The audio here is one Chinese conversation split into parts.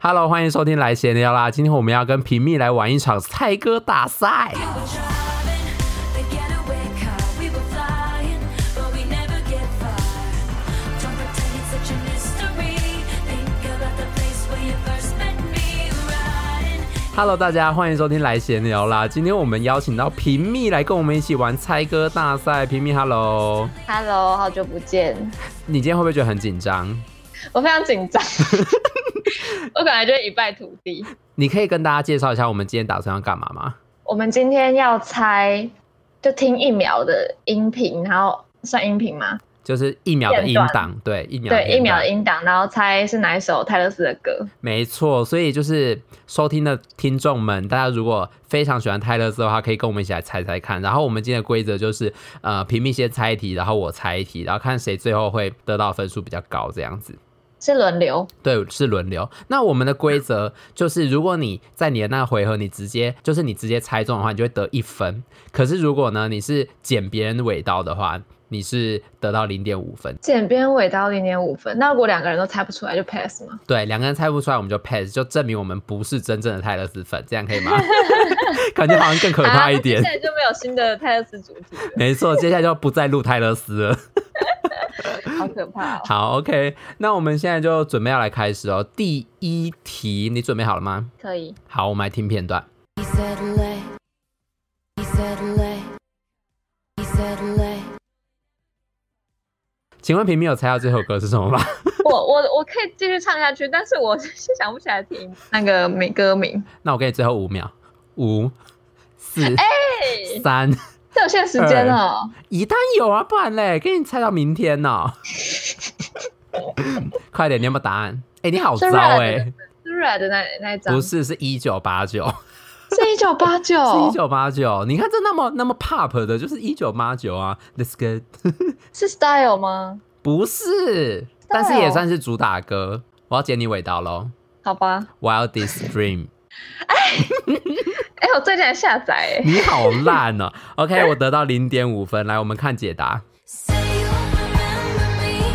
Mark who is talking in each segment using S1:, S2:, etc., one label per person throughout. S1: Hello，欢迎收听来闲聊啦！今天我们要跟平密来玩一场猜歌大赛。
S2: We're driving the getaway car. We were flying, but we never get far. Don't pretend it's such a mystery. Think about the place where you first met me. Riding,
S1: Hello，大家欢迎收听来闲聊啦！今天我们邀请到平密来跟我们一起玩猜歌大赛。平密，Hello，
S3: Hello，好久不见，
S1: 你今天会不会觉得很紧张？
S3: 我非常紧 张，我感觉就一败涂地。
S1: 你可以跟大家介绍一下我们今天打算要干嘛吗？
S3: 我们今天要猜，就听一秒的音频，然后算音频吗？
S1: 就是一秒的音
S3: 片段
S1: 档，对，一秒的
S3: 对，一秒
S1: 档
S3: 的音档，然后猜是哪一首泰勒斯的歌。
S1: 没错，所以就是收听的听众们，大家如果非常喜欢泰勒斯的话，可以跟我们一起来猜猜看。然后我们今天的规则就是，呃，平民先猜一题，然后我猜一题，然后看谁最后会得到分数比较高，这样子。
S3: 是轮流，
S1: 对，是轮流。那我们的规则就是，如果你在你的那个回合，你直接就是你直接猜中的话，你就会得一分。可是如果呢，你是剪别人尾刀的话，你是得到零点五分。
S3: 剪边尾到零点五分。那如果两个人都猜不出来，就 pass 吗？
S1: 对，两个人猜不出来，我们就 pass，就证明我们不是真正的泰勒斯粉，这样可以吗？ 感觉好像更可怕一点
S3: 啊那。接下来就没有新的泰勒斯主题了，
S1: 没错，接下来就不再录泰勒斯了。
S3: 好可 怕哦！
S1: 好，OK，那我们现在就准备要来开始哦。第一题，你准备好了吗？
S3: 可以，
S1: 好，我们来听片段。
S2: he said, "Lay." He said, "Lay." He said, "Lay."
S1: 请问平民有猜到这首歌是什么吗？
S3: 我我我可以继续唱下去，但是我 是想不起来听那个名歌名。
S1: 那我给你最后五秒，五、四、
S3: 嘿，
S1: 三，
S3: 这有限时间哦。
S1: 一旦有啊，不然嘞，给你猜到明天哦。 快点，你有没有答案？哎、你好
S3: 是
S1: 糟
S3: Red
S1: 哎、
S3: 是 Red 的那那一张，
S1: 不是，是一九八九，
S3: 是一九八九，
S1: 是一九八九。你看这那么那么 pop 的，就是一九八九啊。Let's go，
S3: 是 Style 吗？
S1: 不是，但是也算是主打歌。我要剪你尾刀喽
S3: 好吧，
S1: ，Wildest Dream。
S3: 哎、我最近还下 载、欸，
S1: 你好烂哦。OK，我得到零点五分。来，我们看解答。
S2: Say you'll remember me,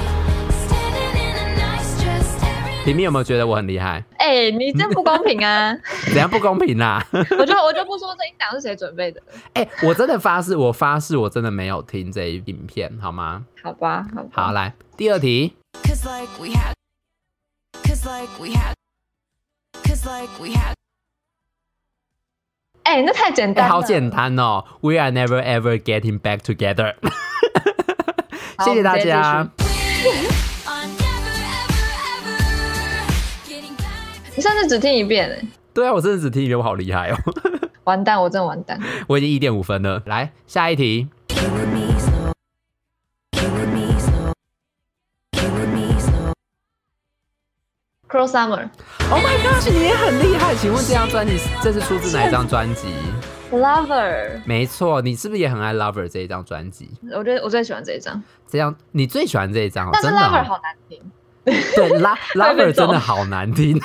S2: standing in a nice dress, staring
S1: 平民有没有觉得我很厉害？
S3: 哎、你这不公平啊！
S1: 怎样不公平啦、
S3: 我就我就不说这音档是谁准备的，
S1: 哎、我真的发誓，我发誓，我真的没有听这一影片，好吗？
S3: 好吧，好吧，
S1: 好，来第二题，
S2: Cause like we had. Cause like we had. Cause like we had.
S3: 哎、那太简
S1: 哎、
S3: 单了，
S1: 好简，单哦，We are never ever getting back together
S3: 好
S1: 谢谢大
S3: 我
S1: 家
S3: 们。
S2: are never, ever, ever getting back.
S3: 你上次只听一遍、欸，
S1: 对啊，我真的只听一遍，我好厉害哦，
S3: 完蛋，我真的完蛋，
S1: 我已经一点五分了。来下一题，
S2: Killing me slow. Killing me slow. Killing me slow.
S3: Crow Summer
S1: ，Oh my gosh，你也很厉害。请问这张专辑 这是出自哪一张专辑？
S3: Lover，
S1: 没错，你是不是也很爱 Lover 这一张专辑？
S3: 我觉得我最喜欢这一张，
S1: 这张你最喜欢这一张、哦，
S3: 但是
S1: 哦真的、
S3: Lover
S1: 哦？
S3: 好难听，
S1: 对，La
S3: 会被
S1: Lover 真
S3: 揍
S1: 的好难听。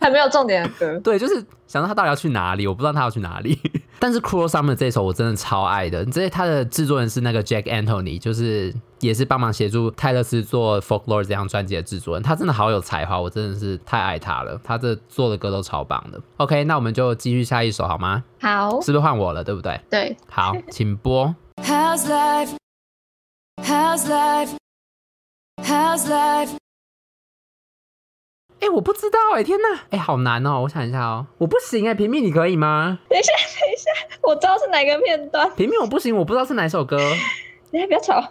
S3: 还没有重点的歌，
S1: 对，就是想到他到底要去哪里，我不知道他要去哪里。 但是《Cruel Summer》这一首我真的超爱的，这他的制作人是那个 Jack Anthony，就是也是帮忙协助泰勒斯做《Folklore》这张专辑的制作人，他真的好有才华，我真的是太爱他了，他这做的歌都超棒的。OK，那我们就继续下一首好吗？
S3: 好，
S1: 是不是换我了，对不对？
S3: 对，
S1: 好，请播。
S2: How's life? How's life? How's life?
S1: 哎、我不知道哎、天呐，哎、好难哦，我想一下哦，我不行哎、平民你可以吗？
S3: 等一下，等一下，我知道是哪个片段，
S1: 平民我不行，我不知道是哪一首歌。
S3: 你还不要吵。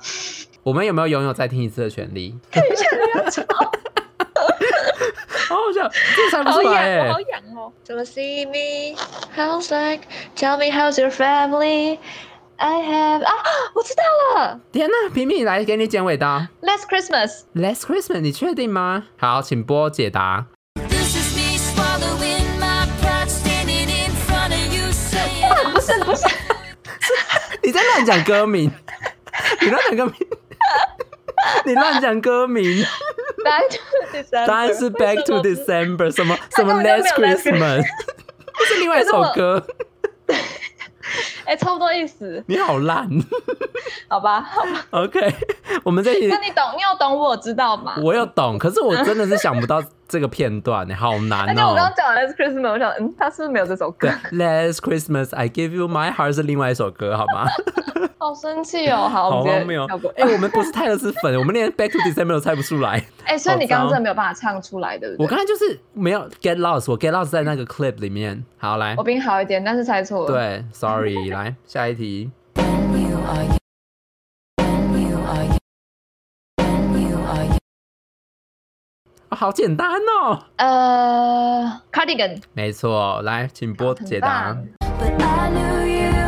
S1: 我们有没有拥有再听一次的权利？好好笑，这猜不出来哎、
S3: 痒哦！怎么 see me? How's like? Tell me how's your family? I have 啊， 我知道了
S1: 天呐，平平来给你剪尾刀。
S3: ，Last Christmas。
S1: Last Christmas，你确定吗？好，请播解答。
S2: This is me swallowing my pride, standing in front of you, saying.
S3: 不是 不是，
S1: 你在乱讲歌 名，你乱讲歌名，你乱讲歌名。
S3: 答案就是第三。
S1: 答案是 Back to December，什么什么
S3: 根本就没有
S1: Last
S3: Last
S1: Christmas，这是另外一首歌。
S3: 哎，差不多意思，
S1: 你好烂。
S3: 好吧？好吧
S1: OK，我们这一集
S3: 那你懂，你有懂我知道吗？
S1: 我有懂，可是我真的是想不到这个片段，好
S3: 而
S1: 难
S3: 且我刚
S1: 哦
S3: 刚。讲的是 Christmas，我想，嗯，他是不是没有这首歌
S1: 对？，Last Christmas I Give You My Heart 是另外一首歌，好吗？
S3: 好生气 哦！ 好，
S1: 好
S3: 我们
S1: 荒
S3: 直接
S1: 谬
S3: 跳过。！
S1: 哎、我们不是泰勒斯粉，我们连 Back to December 都猜不出来。
S3: 哎，所以你刚
S1: 好
S3: 刚
S1: 糟
S3: 真的没有办法唱出来，对不对？
S1: 我刚才就是没有 get lost，我 get lost 在那个 clip 里面。好，来
S3: 我，比你好一点，但是猜错了。，
S1: 对，sorry，来 下一题。
S2: You are you. When you are you. When you are you.
S1: 哦好简单哦。
S3: 呃，Cardigan，
S1: 没错，来，请播解答
S3: 很。
S2: But I knew you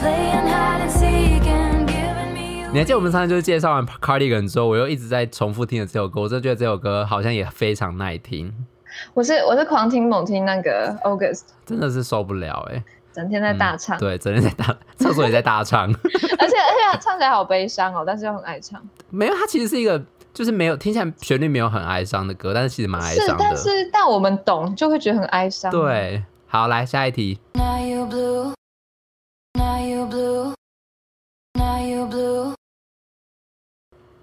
S2: playing hide and seek and giving me.
S1: 你还记得我们上次就是介绍完 Cardigan 之后，我又一直在重复听的这首歌，我真的觉得这首歌好像也非常耐听，
S3: 我是我是狂听猛听那个 August，
S1: 真的是受不了哎、
S3: 整天在大唱，
S1: 对，整天在大 厕所也在大唱。
S3: 而且而且唱起来好悲伤哦，但是又很爱唱。
S1: 没有，它其实是一个就是没有听起来旋律没有很哀伤的歌，但是其实蛮哀
S3: 是，
S1: 伤
S3: 但
S1: 的。
S3: 是但我们懂就会觉得很哀伤。，
S1: 对，好，来下一题。
S2: Now you blue. Now you blue. Now you blue.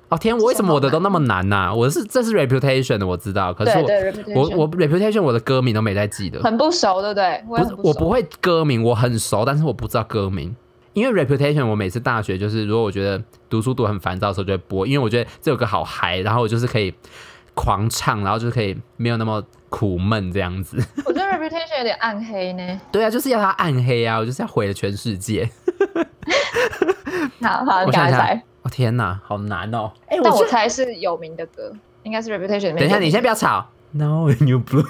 S1: 哦天，我为什么我的都那么难呐、我是这是 Reputation 的，我知道，可是
S3: 对
S1: 我
S3: 对
S1: 我
S3: Reputation
S1: 我 Reputation 我的歌名都没在记的，
S3: 很不熟，对不对？我也
S1: 不是
S3: 很
S1: 我
S3: 熟
S1: 不会歌名，我很熟，但是我不知道歌名。因为 Reputation，我每次大学就是如果我觉得读书读很烦躁的时候就会播，因为我觉得这首歌好嗨，然后我就是可以狂唱，然后就可以没有那么苦闷这样 子。
S3: 我觉得 Reputation 有点暗黑呢。
S1: 对啊，就是要它暗黑啊，我就是要毁了全世界。
S3: 好好，
S1: 我
S3: 你
S1: 想
S3: 赶
S1: 一
S3: 快
S1: 下
S3: 猜。，
S1: 哦天哪，好难哦。哎、
S3: 但我
S1: 觉得
S3: 猜是有名的歌，应该是 Reputation 里面。
S1: 等一下，你先不要吵。No, you blue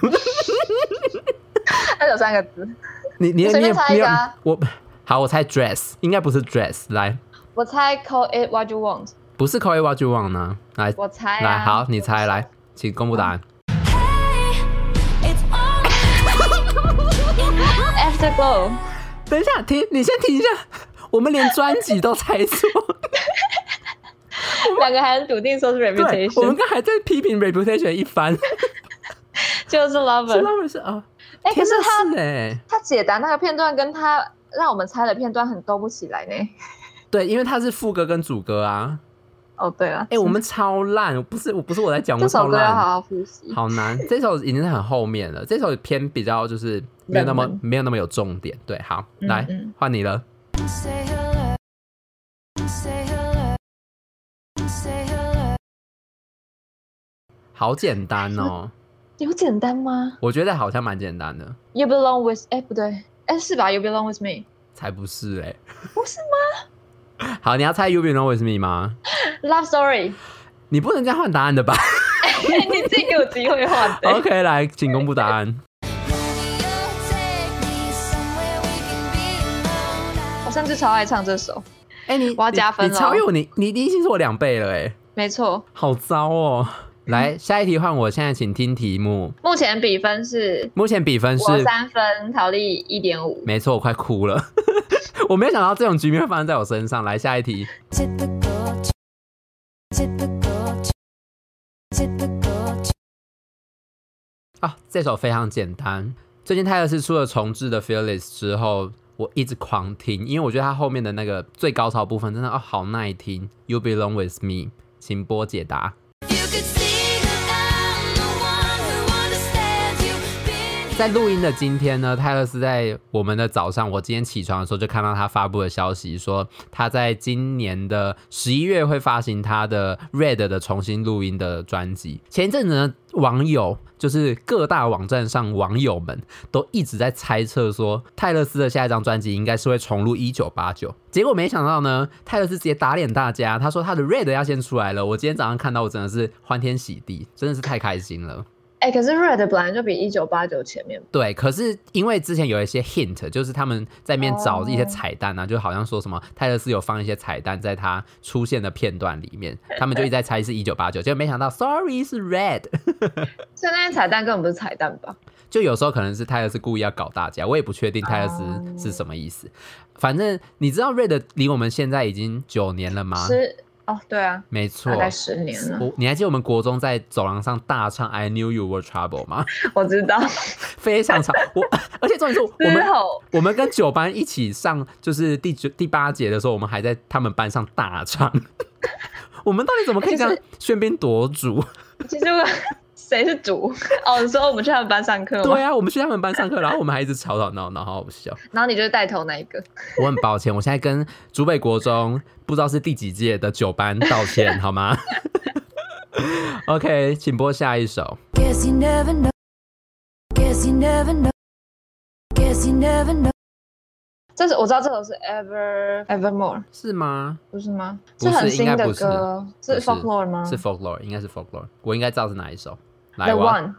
S3: 它 有三个字，
S1: 你。你
S3: 我
S1: 你
S3: 随
S1: 你
S3: 便猜一
S1: 有
S3: 个啊
S1: 我好，我猜 dress，应该不是 dress，来，
S3: 我猜 Call It What You Want，
S1: 不是 Call It What You Want 呢？来，
S3: 我猜、啊。
S1: 来，好，你猜，来，请公布答案。
S2: Hey, it's all.
S3: Afterglow，
S1: 等一下，停，你先停一下， 我们连专辑都猜错，
S3: 两个还是笃定说是
S1: 对，我们
S3: Reputation，
S1: 刚还在批评 reputation 一 番，
S3: 就是 Lover。
S1: 那们是啊，
S3: 哎、可
S1: 天
S3: 是
S1: 哪
S3: 他
S1: 是哎，
S3: 他解答那个片段跟他让我们猜的片段很兜不起来呢。
S1: 对，因为它是副歌跟主歌啊，
S3: 哦，对了，
S1: 哎，我们超烂，不是我不是我在讲，我
S3: 这
S1: 们超
S3: 首歌要好
S1: 烂，
S3: 好复 习。
S1: 好难，这首已经是很后面了，这首偏比较就是没有那么
S3: 冷门
S1: 没有那么有重点，对，好，
S3: 嗯
S1: 来
S3: 嗯
S1: 换你了，
S2: Say hello. Say hello. Say hello.
S1: 好简单 哦，
S3: 有简单吗
S1: 我觉得好像蛮简单的，
S3: ？You belong with，哎、不对，哎、是吧？You belong with me，
S1: 才不是哎，
S3: 不是
S1: 好，你要猜 You Belong With Me 吗？
S3: 吗？Love Story， 哎
S1: 你不能这样换答案的吧？
S3: 你自己给我机会画的。
S1: OK，来，请公布答 案。
S3: 我甚至超爱唱这首，
S1: 哎、你
S3: 我要加分哦
S1: 你你超
S3: 咯
S1: 越我，你你你已经是我两倍了，哎，
S3: 没错。
S1: 好糟 哦。来，下一题换我，现在请听题目。
S3: 目前比分是
S1: 目前比分是，
S3: 我三分，陶丽一点五。
S1: 没错，我快哭了。 我没有想到这种局面会发生在我身上。来，下一题，
S2: Typical. Typical. Typical.
S1: 啊，这首非常简单。最近泰勒斯出了重置的《Fearless》之后，我一直狂听，因为我觉得它后面的那个最高潮部分真的哦好耐听。You belong with me，请播解答。
S2: You could see that I'm the one who understands you. Been
S1: 在录音的今天呢，泰勒斯在我们的早上，我今天起床的时候就看到他发布的消息，说他在今年的十一月会发行他的 Red 的重新录音的专辑。前一阵子呢，网友就是各大网站上网友们都一直在猜测说，泰勒斯的下一张专辑应该是会重录一九八九。结果没想到呢，泰勒斯直接打脸大家，他说他的 Red 要先出来了。我今天早上看到，我真的是欢天喜地，真的是太开心了。
S3: 哎、可是 Red 本来就比一九八九前面，
S1: 对，可是因为之前有一些 hint，就是他们在面找
S3: 哦
S1: 一些彩蛋啊就好像说什么泰勒斯有放一些彩蛋在他出现的片段里面，他们就一直在猜是一九八九，结果没想到 sorry 是 red，
S3: 所以那些彩蛋根本不是彩蛋吧？
S1: 就有时候可能是泰勒斯故意要搞大家，我也不确定泰勒斯
S3: 哦
S1: 是什么意思。反正你知道 red 离我们现在已经九年了吗？
S3: 十哦，对啊，
S1: 没错
S3: 大。概十年了，
S1: 我你还记得我们国中在走廊上大唱 I knew you were trouble 吗？
S3: 我知道。
S1: 非常长，我 而且重点是我
S3: 之
S1: 们
S3: 后
S1: 我们跟九班一起上，就是第九、第八节的时候，我们还在他们班上大唱。 我们到底怎么可以这样
S3: 就是
S1: 喧宾夺 主？
S3: 其实我谁是主？ 哦，你说我们去他们班上课吗？
S1: 对啊，我们去他们班上课，然后我们还一直吵吵闹闹，好好 笑。
S3: 然后你就是带头那一个。
S1: 我很抱歉，我现在跟竹北国中不知道是第几届的九班道 歉，好吗？OK，请播下一首。
S2: Guess you never know. Guess you never know. Guess you never know.
S3: 这是我知道这首是 Ever Evermore，
S1: 是吗？
S3: 不是吗？
S1: 不是
S3: 很
S1: 应该
S3: 新的
S1: 不是
S3: 歌，是
S1: 不
S3: Folklore 吗？
S1: 是 folklore，应该是 folklore。我应该知道是哪一首。
S3: The
S1: 来哇，
S3: One。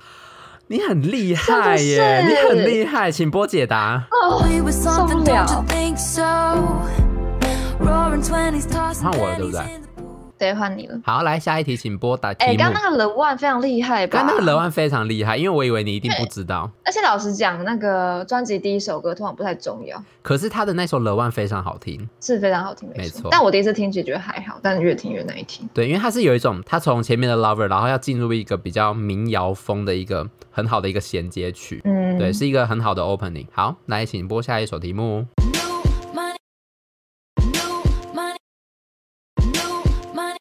S1: 你很厉害耶，
S3: 真
S1: 你
S3: 的是
S1: 很厉害，请播解答。
S3: 哦，
S2: We were something, don't you
S3: 受不了。
S2: think so? Roaring twenties, tossing
S1: 换我了，对不对？
S2: pennies in the pool.
S3: 对，换你了。
S1: 好，来下一题，请播答题
S3: 哎，
S1: 目。
S3: 刚刚那个 The One 非常厉害吧？
S1: 刚那个楼安非常厉害，因为我以为你一定不知道，
S3: 而且老实讲，那个专辑第一首歌通常不太重要，
S1: 可是他的那首楼安非常好听。
S3: 是非常好听，
S1: 没
S3: 没
S1: 错
S3: 错。但我第一次听其实觉得还好，但越听越难听。
S1: 对，因为它是有一种，它从前面的 Lover，然后要进入一个比较民谣风的一个很好的一个衔接曲，
S3: 嗯，
S1: 对，是一个很好的 opening。好，来，请播下一首题目。
S2: New money, new money, new money.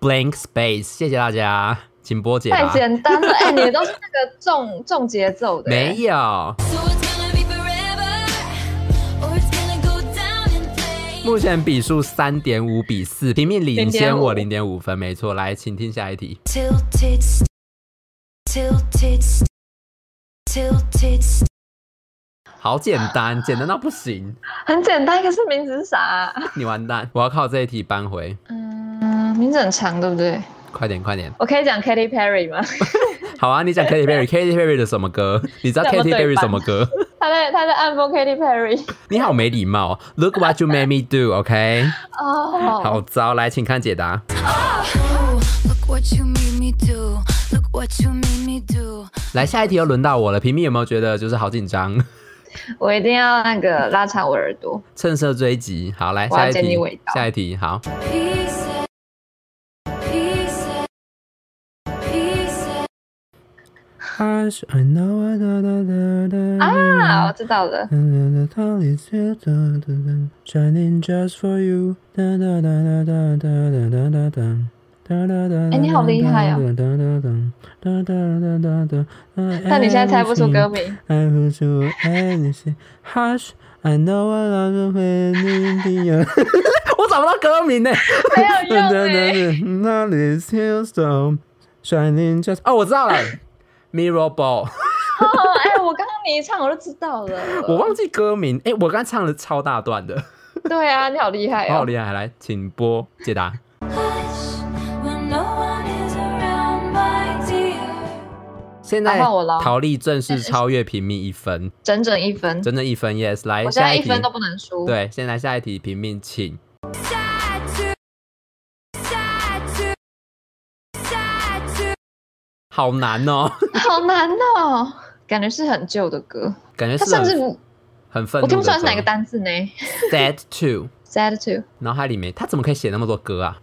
S1: Blank Space，谢谢大家，请播解
S3: 太
S1: 答。
S3: 简单了。哎，你都是那个重重节奏的，
S1: 没有，
S2: So it's gonna be forever, or it's gonna go down in flames.
S1: 目前比数三点五比四，平面领先我零
S3: 0.5
S1: 点五分，没错。来，请听下一题。
S2: Tilted, st- tilted, st- tilted. st-
S1: 好简单， 简单到不行，
S3: 很简单。可是名字是啥啊？
S1: 你完蛋，我要靠这一题扳回。
S3: 嗯，名字很长，对不对？
S1: 快点，快点！
S3: 我可以讲 Katy Perry 吗？
S1: 好啊，你讲 Katy Perry，Katy Perry 的什么歌？你知道
S3: 怎么
S1: Katy
S3: 对
S1: Perry
S3: 半
S1: 什么歌？
S3: 他在他在暗讽 Katy Perry
S1: 你好没礼貌哦！Look what you made me do，OK？、
S3: 哦，
S1: 好糟，来，请看解答。
S2: Ooh, look what you made me do. Look what you made me do.
S1: 来，下一题又轮到我了。平民有没有觉得就是好紧张？
S3: 我一定要那个拉长我耳朵。
S1: 趁胜追击。好，来
S3: 我要
S1: 下一
S3: 剪你
S1: 题
S3: 尾，刀
S1: 下一题。好，
S2: Pieces, pieces, pieces.
S1: 啊，
S3: 啊，我知道了，
S1: 哎
S3: 你好厉害哦！但你现在猜不出歌名。
S1: I will do anything. Hush, I know I love you when you be 我找不到歌名呢。
S3: 没有用哎、
S1: 那里 Houston, shining just 哦，我知道了，Mirror Ball。
S3: 哦，哎、我刚刚你一唱 我就知道了。
S1: 我忘记歌名，哎、我刚才唱了超大段的，
S3: 对啊，你好厉害
S1: 好
S3: 哦！
S1: 厉害！来，请播解答。
S2: Hush, when no one is around, my dear.
S1: 现在
S3: 啊换我了
S1: 陶丽正式超越平民一分，
S3: 整整一分，
S1: 整整一分。Yes，来
S3: 我现在
S1: 下
S3: 一
S1: 题。
S3: 分都不能输。，
S1: 对，先来下一题，平民请。
S2: Side to, side to, side to.
S1: 好难哦，
S3: 好难哦，感觉是很旧的歌，
S1: 感觉
S3: 它
S1: 是
S3: 甚至
S1: 很
S3: 不
S1: 很愤怒
S3: 我
S1: 的
S3: 听不出来是
S1: 歌
S3: 哪个单字呢。
S1: Sad to，
S3: Sad to，
S1: 然后它里面它怎么可以写那么多歌啊？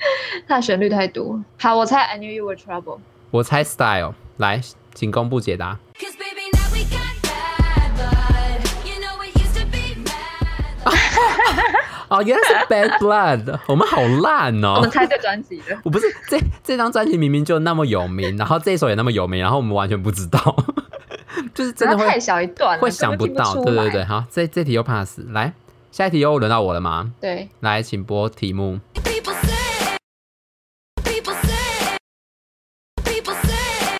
S3: 它的旋律太多了。好，我猜 I knew you were trouble。
S1: 我猜 Style，来，请公布解答。
S2: Cause baby now we got bad blood. You know it used to be mad.
S1: 哦，原来是 Bad Blood，我们好烂
S3: 我们
S1: 哦。，
S3: 猜对专辑的
S1: 我不是这这张专辑明明就那么有名，然后这首也那么有名，然后我们完全不知道， 就是真的
S3: 它
S1: 会
S3: 太小一段了，
S1: 会想不
S3: 根本
S1: 到。
S3: 听
S1: 对
S3: 出来
S1: 对对，好，这这题又 pass。来，下一题又轮到我了吗？
S3: 对，
S1: 来，请播题目。
S2: People say People say People say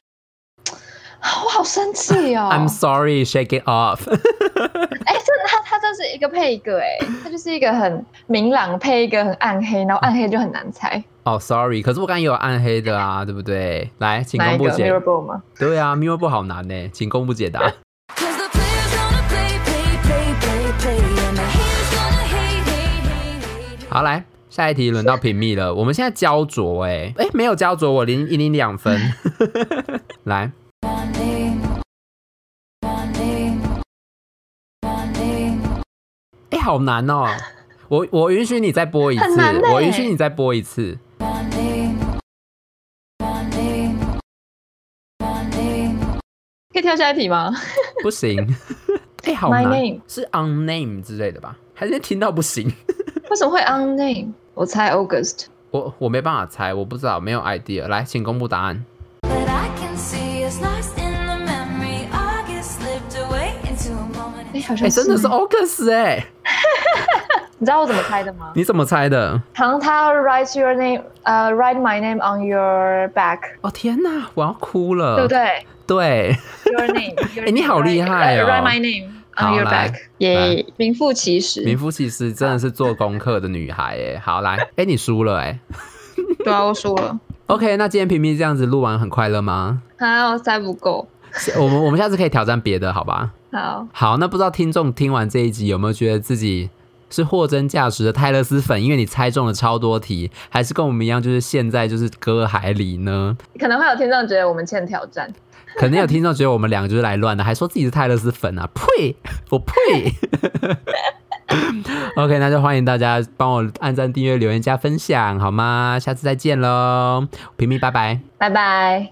S3: 啊我好生气哦！
S1: I'm sorry, shake it off
S3: 哎，这他他真是一个配一个哎，他就是一个很明朗配一个很暗黑，然后暗黑就很难 猜。
S1: 哦、s o r r y 可是我刚刚也有暗黑的啊，对不对？来，请
S3: 哪
S1: 公
S3: 一
S1: 布
S3: 个
S1: 解。
S3: Mirable 吗？
S1: 对啊 m i r r o r 不好难呢，请公布解 答。
S2: Cause the players gonna play, play, play, play, play. And the haters gonna hate, hate, hate, hate, hate.
S1: 好，来下一题轮到平密了，我们现在焦灼哎、哎、没有焦灼，我零一零两 分。来，
S2: My name, my name, my name.
S1: 哎、好难哦、我我允许你再播一次
S3: 很难，欸
S1: 我允许你再播一次。
S2: My name, my name, my name.
S3: 可以跳下一 题吗？
S1: 不行， 哎、好
S3: My
S1: 难
S3: name
S1: 是 unnamed 之类的吧？还是听到不行？
S3: 为什么会 unnamed？我猜 August。
S1: 我我没办法猜，我不知道，没有 idea。来，请公布答案。
S2: But I can see it's lost in the memory. August slipped away into a moment.
S3: 哎，好
S1: 哎、
S3: 像
S1: 真的是
S3: 哦。
S1: August 哎、
S3: 你知道我怎么猜的吗？
S1: 你怎么猜的？
S3: 唐他 write your name，呃、w r i t e my name on your back，、
S1: 哦天哪，我要哭了，
S3: 对不？对
S1: 对，
S3: ？Your name，
S1: 呃 哎你好厉害哦
S3: w r i t e my name
S1: 好
S3: on your
S1: 来
S3: back，耶，名副其实。
S1: 名副其实，真的是做功课的女孩哎、好来，哎、你输了哎、
S3: 对啊，我输了，
S1: OK，那今天平平这样子录完很快乐吗？
S3: 啊，我猜不够。
S1: 是我们我们下次可以挑战别的，好吧？
S3: 好，
S1: 好，那不知道听众听完这一集有没有觉得自己是货真价实的泰勒斯粉？因为你猜中了超多题，还是跟我们一样，就是现在就是割海里呢？
S3: 可能会有听众觉得我们欠挑战，
S1: 可能有听众觉得我们两个就是来乱的，还说自己是泰勒斯粉啊！呸，我呸。OK，那就欢迎大家帮我按赞、订阅、留言、加分享，好吗？下次再见喽，平平，拜拜。
S3: 拜拜。